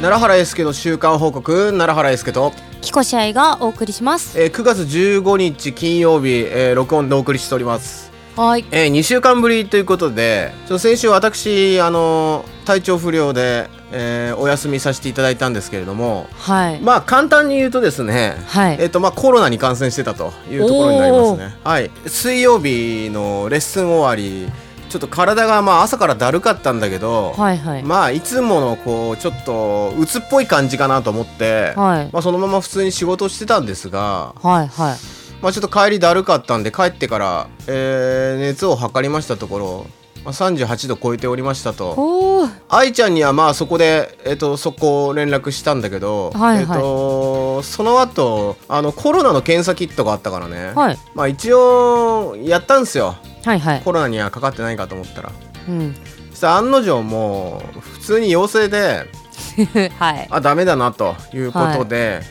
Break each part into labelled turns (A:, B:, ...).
A: 奈良原英介の週間報告奈良原英介と、
B: キコシアイがお送りします
A: えー、9月15日金曜日、えー録音でお送りしております、
B: はい
A: えー、2週間ぶりということでちょ先週私あのー体調不良で、えーお休みさせていただいたんですけれども
B: はい
A: まあ簡単に言うとですね、
B: はい
A: えっとまあ、コロナに感染してたというところになりますね、はい、水曜日のレッスン終わりちょっと体がまあ朝からだるかったんだけど、
B: はいはい
A: まあいつものこうちょっと鬱っぽい感じかなと思って、
B: はい
A: まあ、そのまま普通に仕事してたんですが、
B: はいはい
A: まあ、ちょっと帰りだるかったんで帰ってから、えー熱を測りましたところ、まあ、38度超えておりましたと
B: おお
A: 愛ちゃんにはまあそこで、えっとそこ連絡したんだけど、
B: はいはい
A: えっとその後あのコロナの検査キットがあったからね、
B: はい
A: まあ、一応やったんですよ
B: はいはい
A: コロナにはかかってないかと思ったら。
B: うん
A: そしたら案の定もう普通に陽性で
B: はい
A: あダメだなということで、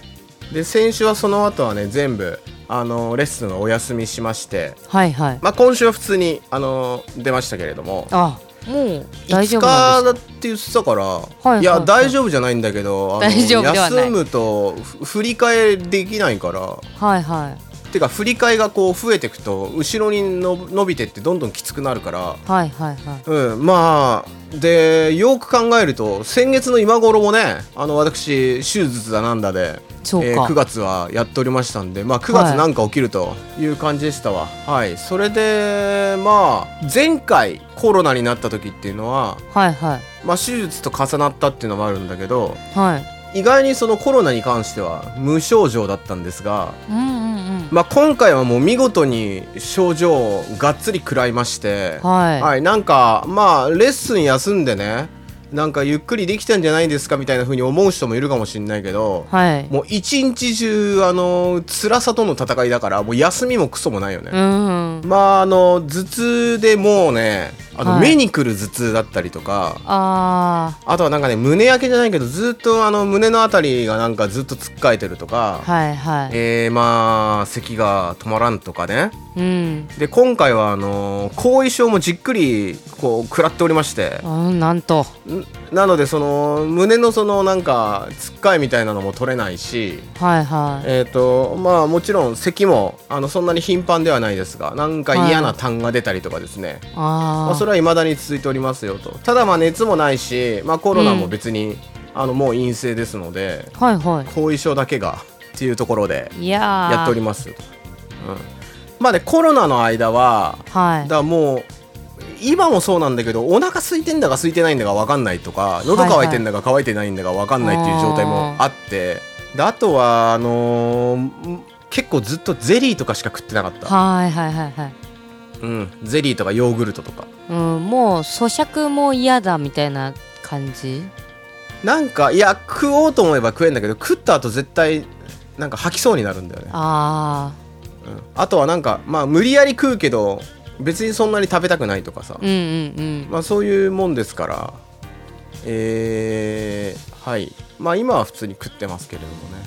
A: で先週はその後はね全部あのレッスンをお休みしまして、
B: はいはい
A: まあ、今週は普通にあの出ましたけれども
B: あもう大丈
A: 5
B: 夫な
A: 日
B: ん
A: だ
B: で
A: って言ってたから、
B: いはい
A: いや大丈夫じゃないんだけどあの
B: 大丈夫ではない
A: 休むとふ振り替えできないから
B: すかはいは
A: てか振り替えがこう増えていくと後ろにの伸びてってどんどんきつくなるから。
B: いはいはいはい
A: うん、まあでよく考えると先月の今頃もねあの私手術だなんだで、
B: そうか
A: えー9月はやっておりましたんで、まあ、9月なんか起きるという感じでしたわはい、それでまあ前回コロナになった時っていうのは、
B: はいはい
A: まあ、手術と重なったっていうのもあるんだけど
B: はい
A: 意外にそのコロナに関しては無症状だったんですが、
B: うんうんうん
A: まあ、今回はもう見事に症状をがっつり食らいまして
B: はい
A: はい、なんかまあレッスン休んでねなんかゆっくりできたんじゃないですかみたいな風に思う人もいるかもしれないけど、
B: はい
A: もう一日中あの辛さとの戦いだからもう休みもクソもないよ
B: う
A: ね、
B: んうん
A: まああの頭痛でもうねあの、
B: はい
A: 目にくる頭痛だったりとか
B: あ
A: あとはなんかね胸焼けじゃないけどずっとあの胸のあたりがなんかずっとつっかえてるとか、
B: ーはいはい
A: えー、まあ咳が止まらんとかね
B: うん
A: で今回はあの後遺症もじっくりこう食らっておりまして
B: うんなんと
A: んなのでその胸のそのなんかつっかえみたいなのも取れないし
B: はいはい
A: えーとまあもちろん咳もあのそんなに頻繁ではないですがなんか嫌な痰が出たりとかですね、ま
B: あ
A: あ、そ
B: あ
A: れは未だに続いておりますよとただまあ熱もないし、まあ、コロナも別に、あのもう陰性ですので
B: はいは
A: 後遺症だけがっていうところで
B: いいやー
A: やっております、うん、まあねコロナの間は
B: は
A: だか
B: い
A: らもう今もそうなんだけどお腹空いてんだか空いてないんだか分かんないとか喉乾いてんだか乾いてないんだか分かんないっていう状態もあってであとはあのー結構ずっとゼリーとかしか食ってなかった、
B: はいはいはいはい
A: うん、ゼリーとかヨーグルトとか
B: うん、もう咀嚼も嫌だみたいな感じ
A: なんかいや食おうと思えば食えんだけど食った後絶対なんか吐きそうになるんだよね
B: あ
A: うんあとはなんかまあ無理やり食うけど別にそんなに食べたくないとかさ
B: あうんうんうん
A: まあ、そういうもんですから、えーはい、まあ、今は普通に食ってますけれどもね、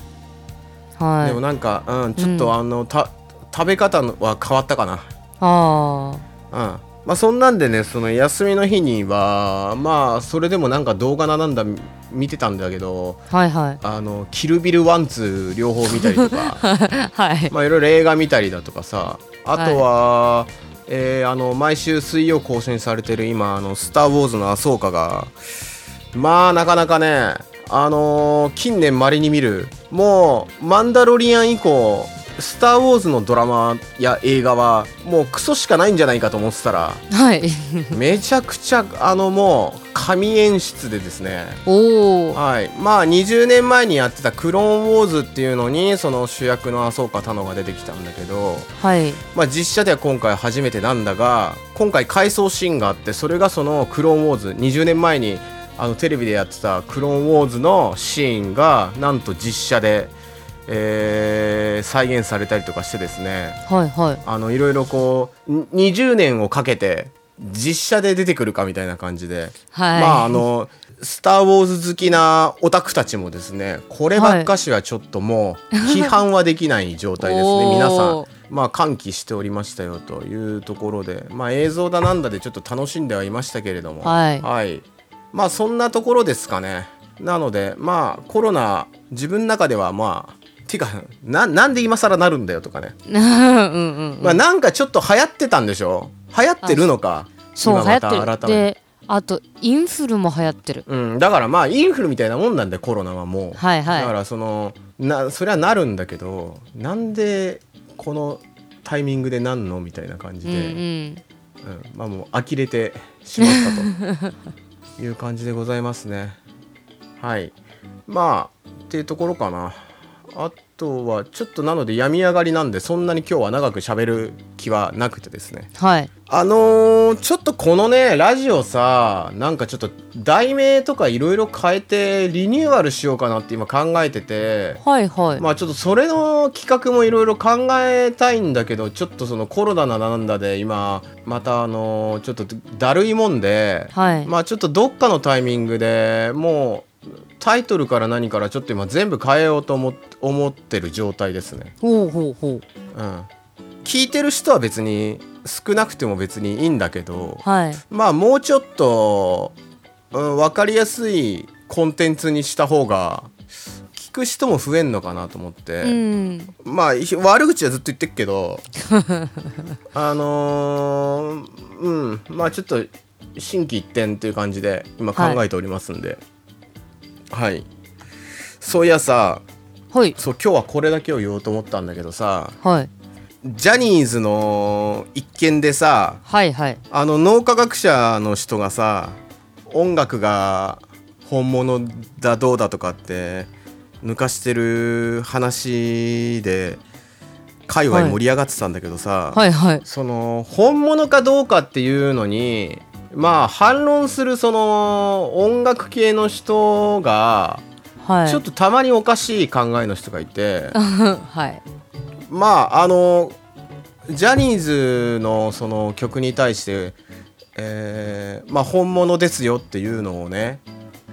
B: はい
A: でもなんか、うん、ちょっとあの、た食べ方のは変わったかな、うん
B: あ
A: まあ、そんなんでねその休みの日にはまあそれでもなんか動画ななんだ見てたんだけど
B: あはいはい
A: あのキルビルワンツー両方見たりとか
B: はい
A: まあいろいろ映画見たりだとかさあとは、えーあの毎週水曜更新されてる今「あのスター・ウォーズ」の麻生家がまあなかなかねあのー近年まれに見るもう「マンダロリアン」以降「スター・ウォーズ」のドラマや映画はもうクソしかないんじゃないかと思ってたら
B: はい
A: めちゃくちゃあのもう神演出でですね
B: おお
A: はい、まあ20年前にやってた「クローンウォーズ」っていうのにその主役の麻生か太郎が出てきたんだけど、
B: はい
A: まあ、実写では今回初めてなんだが今回回想シーンがあってそれがその「クローンウォーズ」20年前にあのテレビでやってた「クローンウォーズ」のシーンがなんと実写で、えー再現されたりとかしてですね
B: はいはい
A: あのいろいろこうん20年をかけて実写で出てくるかみたいな感じで、
B: はい
A: まああの「スター・ウォーズ」好きなオタクたちもですねこればっかしはちょっともう批判はできない状態ですね、
B: おー
A: 皆さん。まあ歓喜しておりましたよというところで、まあ、映像だなんだでちょっと楽しんではいましたけれども
B: はい
A: まあそんなところですかねなのでまあコロナ自分の中ではまあてかななんで今更なるんだよとかね、
B: うんうん
A: まあ、なんかちょっと流行ってたんでしょ流行ってるのか
B: そう流
A: 今
B: 行っ
A: ま
B: て
A: た改め
B: る
A: て、
B: であとインフルも流行ってる
A: うん、だからまあインフルみたいなもんなんでコロナはもう、
B: はいはい
A: だからそのなそれはなるんだけどなんでこのタイミングでなんのみたいな感じ
B: うん
A: で、
B: うん
A: うんまあもう呆れてしまったという感じでございますね。 はい。まあっていうところかな。あとはちょっとなので病み上がりなんでそんなに今日は長く喋る気はなくてですね。
B: はい
A: あのーちょっとこのねラジオさなんかちょっと題名とかいろいろ変えてリニューアルしようかなって今考えてて。
B: はいはい、
A: まあちょっとそれの企画もいろいろ考えたいんだけどちょっとそのコロナだなんだで今またあのちょっとだるいもんで、
B: はい、
A: まあちょっとどっかのタイミングでもうタイトルから何からちょっと今全部変えようと思っ思ってる状態ですね。
B: ほうほうほう
A: うん、聞いてる人は別に少なくても別にいいんだけど
B: はい
A: まあもうちょっと、うん、分かりやすいコンテンツにした方が聞く人も増えんのかなと思って。
B: うん
A: まあひ悪口はずっと言ってるけ どあのーうんまあちょっと心機一転という感じで今考えておりますんではい、そういやさ
B: はい
A: そう今日はこれだけを言おうと思ったんだけどさ
B: はい
A: ジャニーズの一件でさ
B: はいはい
A: あの脳科学者の人がさ音楽が本物だどうだとかって抜かしてる話で界隈盛り上がってたんだけどさ、
B: はいはい
A: その本物かどうかっていうのにまあ反論するその音楽系の人が
B: はい
A: ちょっとたまにおかしい考えの人がいて。
B: はい
A: まああのジャニーズのその曲に対して、えーまあ、本物ですよっていうのをね、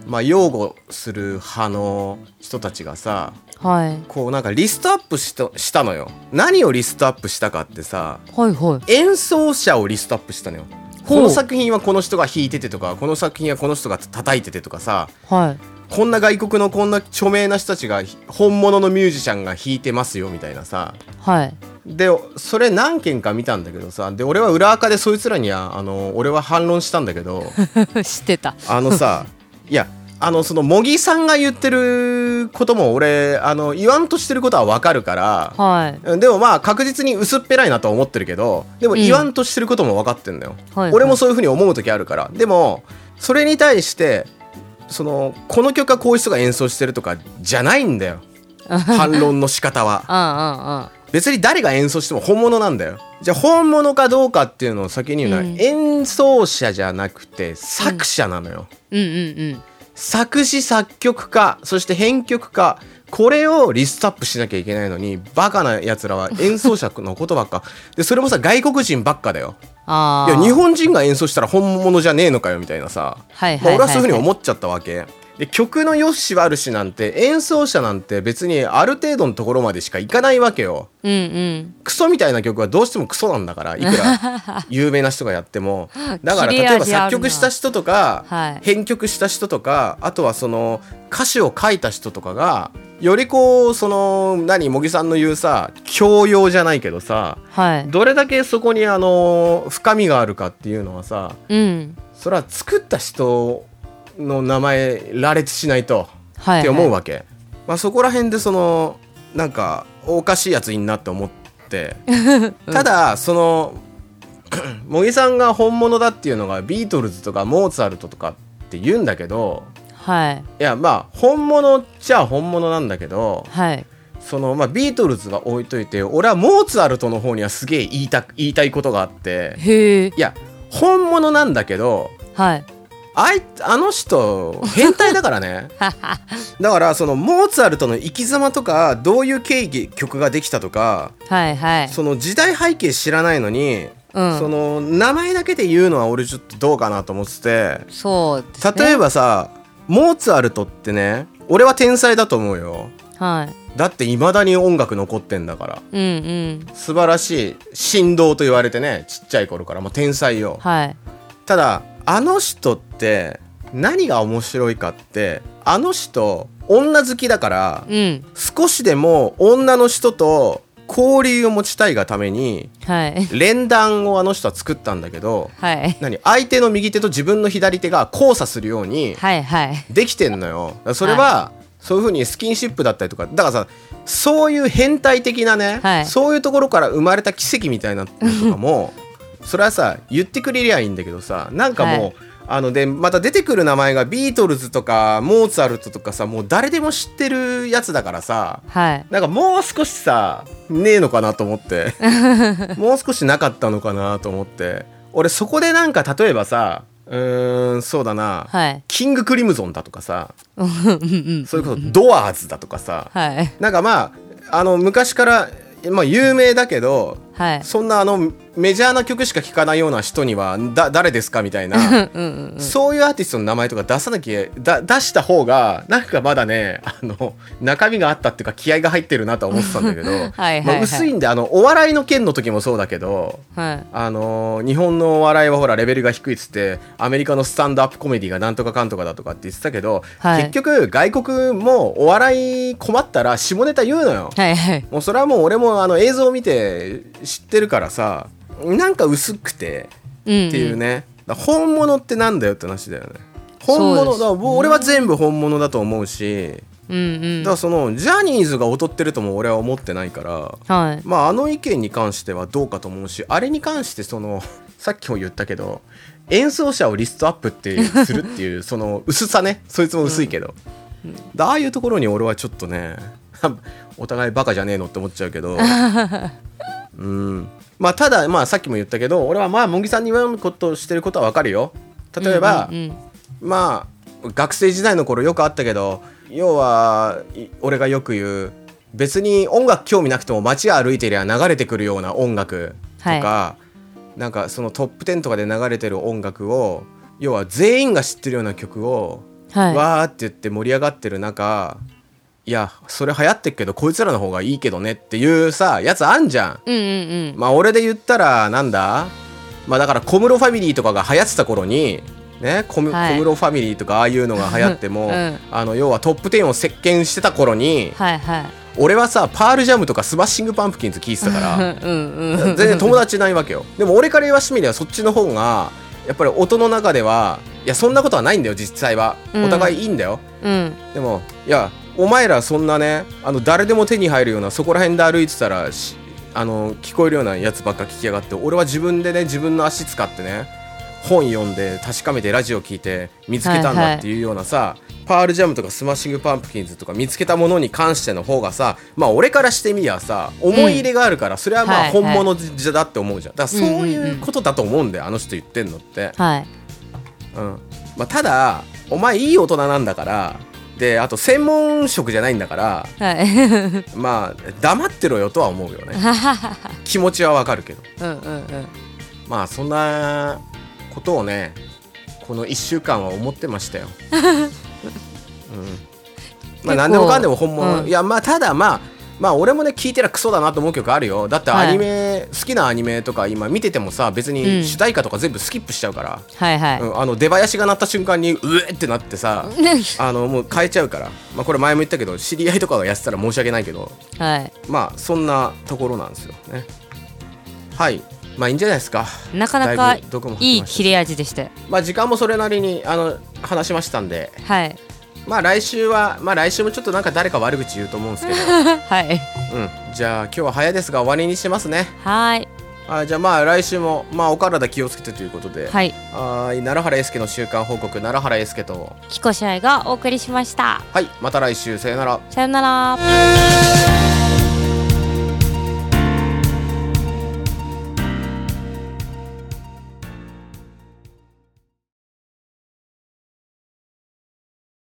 A: まあ、擁護する派の人たちがさ
B: はい
A: こうなんかリストアップしたしたのよ何をリストアップしたかってさ
B: はいはい
A: 演奏者をリストアップしたのよ
B: ほう
A: この作品はこの人が弾いててとかこの作品はこの人が叩いててとかさ
B: はい
A: こんな外国のこんな著名な人たちが本物のミュージシャンが弾いてますよみたいなさ
B: はい
A: でそれ何件か見たんだけどさで俺は裏垢でそいつらにはあの俺は反論したんだけ ど
B: 知ってた
A: あのさいやあのその茂木さんが言ってることも俺あの言わんとしてることはわかるから、
B: はい
A: でもまあ確実に薄っぺらいなとは思ってるけどでも
B: うん
A: 言わんとしてることも分かってんだよ、
B: はい
A: 俺もそういうふうに思う時あるからでもそれに対してそのこの曲はこういう人が演奏してるとかじゃないんだ よ反論の仕方は
B: あ
A: 別に誰が演奏しても本物なんだよじゃあ本物かどうかっていうのを先に言うのは、
B: うん
A: 演奏者じゃなくて作者なのよ、
B: うんうんうんうん
A: 作詞作曲家そして編曲家これをリストアップしなきゃいけないのにバカなやつらは演奏者のことばっかでそれもさ外国人ばっかだよ
B: あ
A: い
B: あ
A: や日本人が演奏したら本物じゃねえのかよみたいなさ、
B: はい
A: ま
B: は
A: あ、
B: い
A: 俺
B: は
A: はいそういうふうに思っちゃったわけで曲の良し悪しなんて演奏者なんて別にある程度のところまでしかいかないわけよ
B: うんうん
A: クソみたいな曲はどうしてもクソなんだからいく ら有名な人がやってもだから
B: 切れ
A: 例えば
B: 味あるな
A: 作曲した人とか、
B: はい
A: 編曲した人とかあとはその歌詞を書いた人とかがよりこうその何茂木さんの言うさ教養じゃないけどさ
B: はい
A: どれだけそこにあの深みがあるかっていうのはさ
B: うん
A: それは作った人の名前羅列しないと。
B: はい
A: って思うわけ、まあ、そこら辺でそのなんかおかしいやついんなって思 って、ただその 茂木さんが本物だっていうのがビートルズとかモーツァルトとかって言うんだけど
B: はい
A: いやまあ本物っちゃ本物なんだけど
B: はい
A: その、まあ、ビートルズは置いといて俺はモーツァルトの方にはすげえ言いたく言いたいことがあって
B: へえ
A: いや本物なんだけど
B: はい
A: あいあの人変態だから ねだからそのモーツァルトの生き様とかどういう経緯曲ができたとか
B: はいはい
A: その時代背景知らないのに、
B: うん
A: その名前だけで言うのは俺ちょっとどうかなと思ってて
B: そうですね
A: 例えばさ、モーツァルトってね俺は天才だと思うよ
B: はい
A: だって未だに音楽残ってんだから
B: うんうん
A: 素晴らしい神童と言われてねちっちゃい頃からもう天才よ
B: はい
A: ただあの人って何が面白いかってあの人女好きだから
B: うん
A: 少しでも女の人と交流を持ちたいがために
B: はい
A: 連弾をあの人は作ったんだけど
B: はい
A: 何相手の右手と自分の左手が交差するように
B: はいはい
A: できてんのよだからそれはそういうふうにスキンシップだったりとかだからさそういう変態的なね、
B: はい
A: そういうところから生まれた奇跡みたいなのとか もそれはさ言ってくれりゃいいんだけどさなんかもう、
B: はい
A: あのでまた出てくる名前がビートルズとかモーツァルトとかさもう誰でも知ってるやつだからさ
B: はい
A: なんかもう少しさねえのかなと思って もう少しなかったのかなと思って俺そこでなんか例えばさうーんそうだな、
B: はい
A: キングクリムゾンだとかさ
B: うんうん
A: それこそドアーズだとかさ
B: はい
A: なんかまああの昔から、まあ、有名だけど
B: はい
A: そんなあのメジャーな曲しか聴かないような人にはだ誰ですかみたいな
B: うんうん
A: そういうアーティストの名前とか出さなきゃだ出した方がなんかまだねあの中身があったっていうか気合が入ってるなとは思ってたんだけど
B: はいはい
A: まあ薄いんであのお笑いの件の時もそうだけど
B: はい
A: あのー日本のお笑いはほらレベルが低いっつってアメリカのスタンドアップコメディがなんとかかんとかだとかって言ってたけど、
B: はい
A: 結局外国もお笑い困ったら下ネタ言うのよ、
B: はいはい
A: もうそれはもう俺もあの映像を見て知ってるからさなんか薄くて
B: うん
A: っていううんね、だから本物ってなんだよって話だよね本
B: そう
A: 物
B: です
A: だ、俺は全部本物だと思うし
B: うんうん
A: だからそのジャニーズが劣ってるとも俺は思ってないから
B: はい
A: まあ、あの意見に関してはどうかと思うしあれに関してその さっきも言ったけど演奏者をリストアップってするっていう その薄さねそいつも薄いけど、だああいうところに俺はちょっとね お互いバカじゃねえのって思っちゃうけ どうんまあただまあさっきも言ったけど俺はまあ茂木さんに言わんことしてることはわかるよ例えば、
B: うんうん
A: まあ学生時代の頃よくあったけど要はい俺がよく言う別に音楽興味なくても街歩いてりゃ流れてくるような音楽とか、なんかそのトップ10とかで流れてる音楽を要は全員が知ってるような曲を、
B: はい
A: わーって言って盛り上がってる中いやそれ流行ってっけどこいつらの方がいいけどねっていうさやつあんじゃん。
B: うんうん
A: まあ俺で言ったらなんだまあだから小室ファミリーとかが流行ってた頃にね小,、
B: はい
A: 小室ファミリーとかああいうのが流行っても、
B: うん
A: あの要はトップ10を席巻してた頃に
B: うんはいはい
A: 俺はさパールジャムとかスマッシングパンプキンズ聞いてたから
B: うんうん うん
A: 全然友達いないわけよでも俺から言わしてみればそっちの方がやっぱり音の中ではいやそんなことはないんだよ実際は
B: うん
A: お互いいいんだよ、
B: うん
A: でもいやお前らそんなねあの誰でも手に入るようなそこら辺で歩いてたらしあの聞こえるようなやつばっか聞きやがって俺は自分でね自分の足使ってね本読んで確かめてラジオ聞いて見つけたん
B: はいは
A: だ
B: い
A: っていうようなさ、パールジャムとかスマッシングパンプキンズとか見つけたものに関しての方がさまあ俺からしてみりゃさ思い入れがあるから、それはま
B: は
A: あ
B: いはい
A: 本物じゃだって思うじゃんだからそういうことだと思うんだよあの人言ってんのって。
B: はい
A: うんまあ、ただお前いい大人なんだからであと専門職じゃないんだから
B: はい
A: まあ黙ってろよとは思うよ ね気持ちはわかるけど
B: うんうんうん
A: まあそんなことをねこの1週間は思ってま したよ、うん、まあ
B: 結構
A: 何でもかんでも本物、
B: うん
A: いやまあただまあまあ俺もね聞いてらクソだなと思う曲あるよだってアニメ、好きなアニメとか今見ててもさ別
B: うん
A: に主題歌とか全部スキップしちゃうから、
B: はいはい
A: うんあの出囃子が鳴った瞬間にうえってなってさあのもう変えちゃうから、まあ、これ前も言ったけど知り合いとかがやってたら申し訳ないけど
B: はい
A: まあそんなところなんですよねはいまあいいんじゃないですか
B: なかな
A: だ
B: か
A: いぶ毒も
B: い
A: 吐き
B: い
A: まし
B: 切れ味でした
A: たまあ時間もそれなりにあの話しましたんで
B: はい
A: まあ来週はまあ来週もちょっとなんか誰か悪口言うと思うん ですけど、
B: はい
A: うん、じゃあ今日は早いですが終わりにしますね
B: はい
A: あじゃあまあ来週もまあお体気をつけてということで、い、
B: はい
A: い奈良原英介の週間報告奈良原英介と
B: キコシャイがお送りしました
A: はいまた来週さよなら
B: さよなら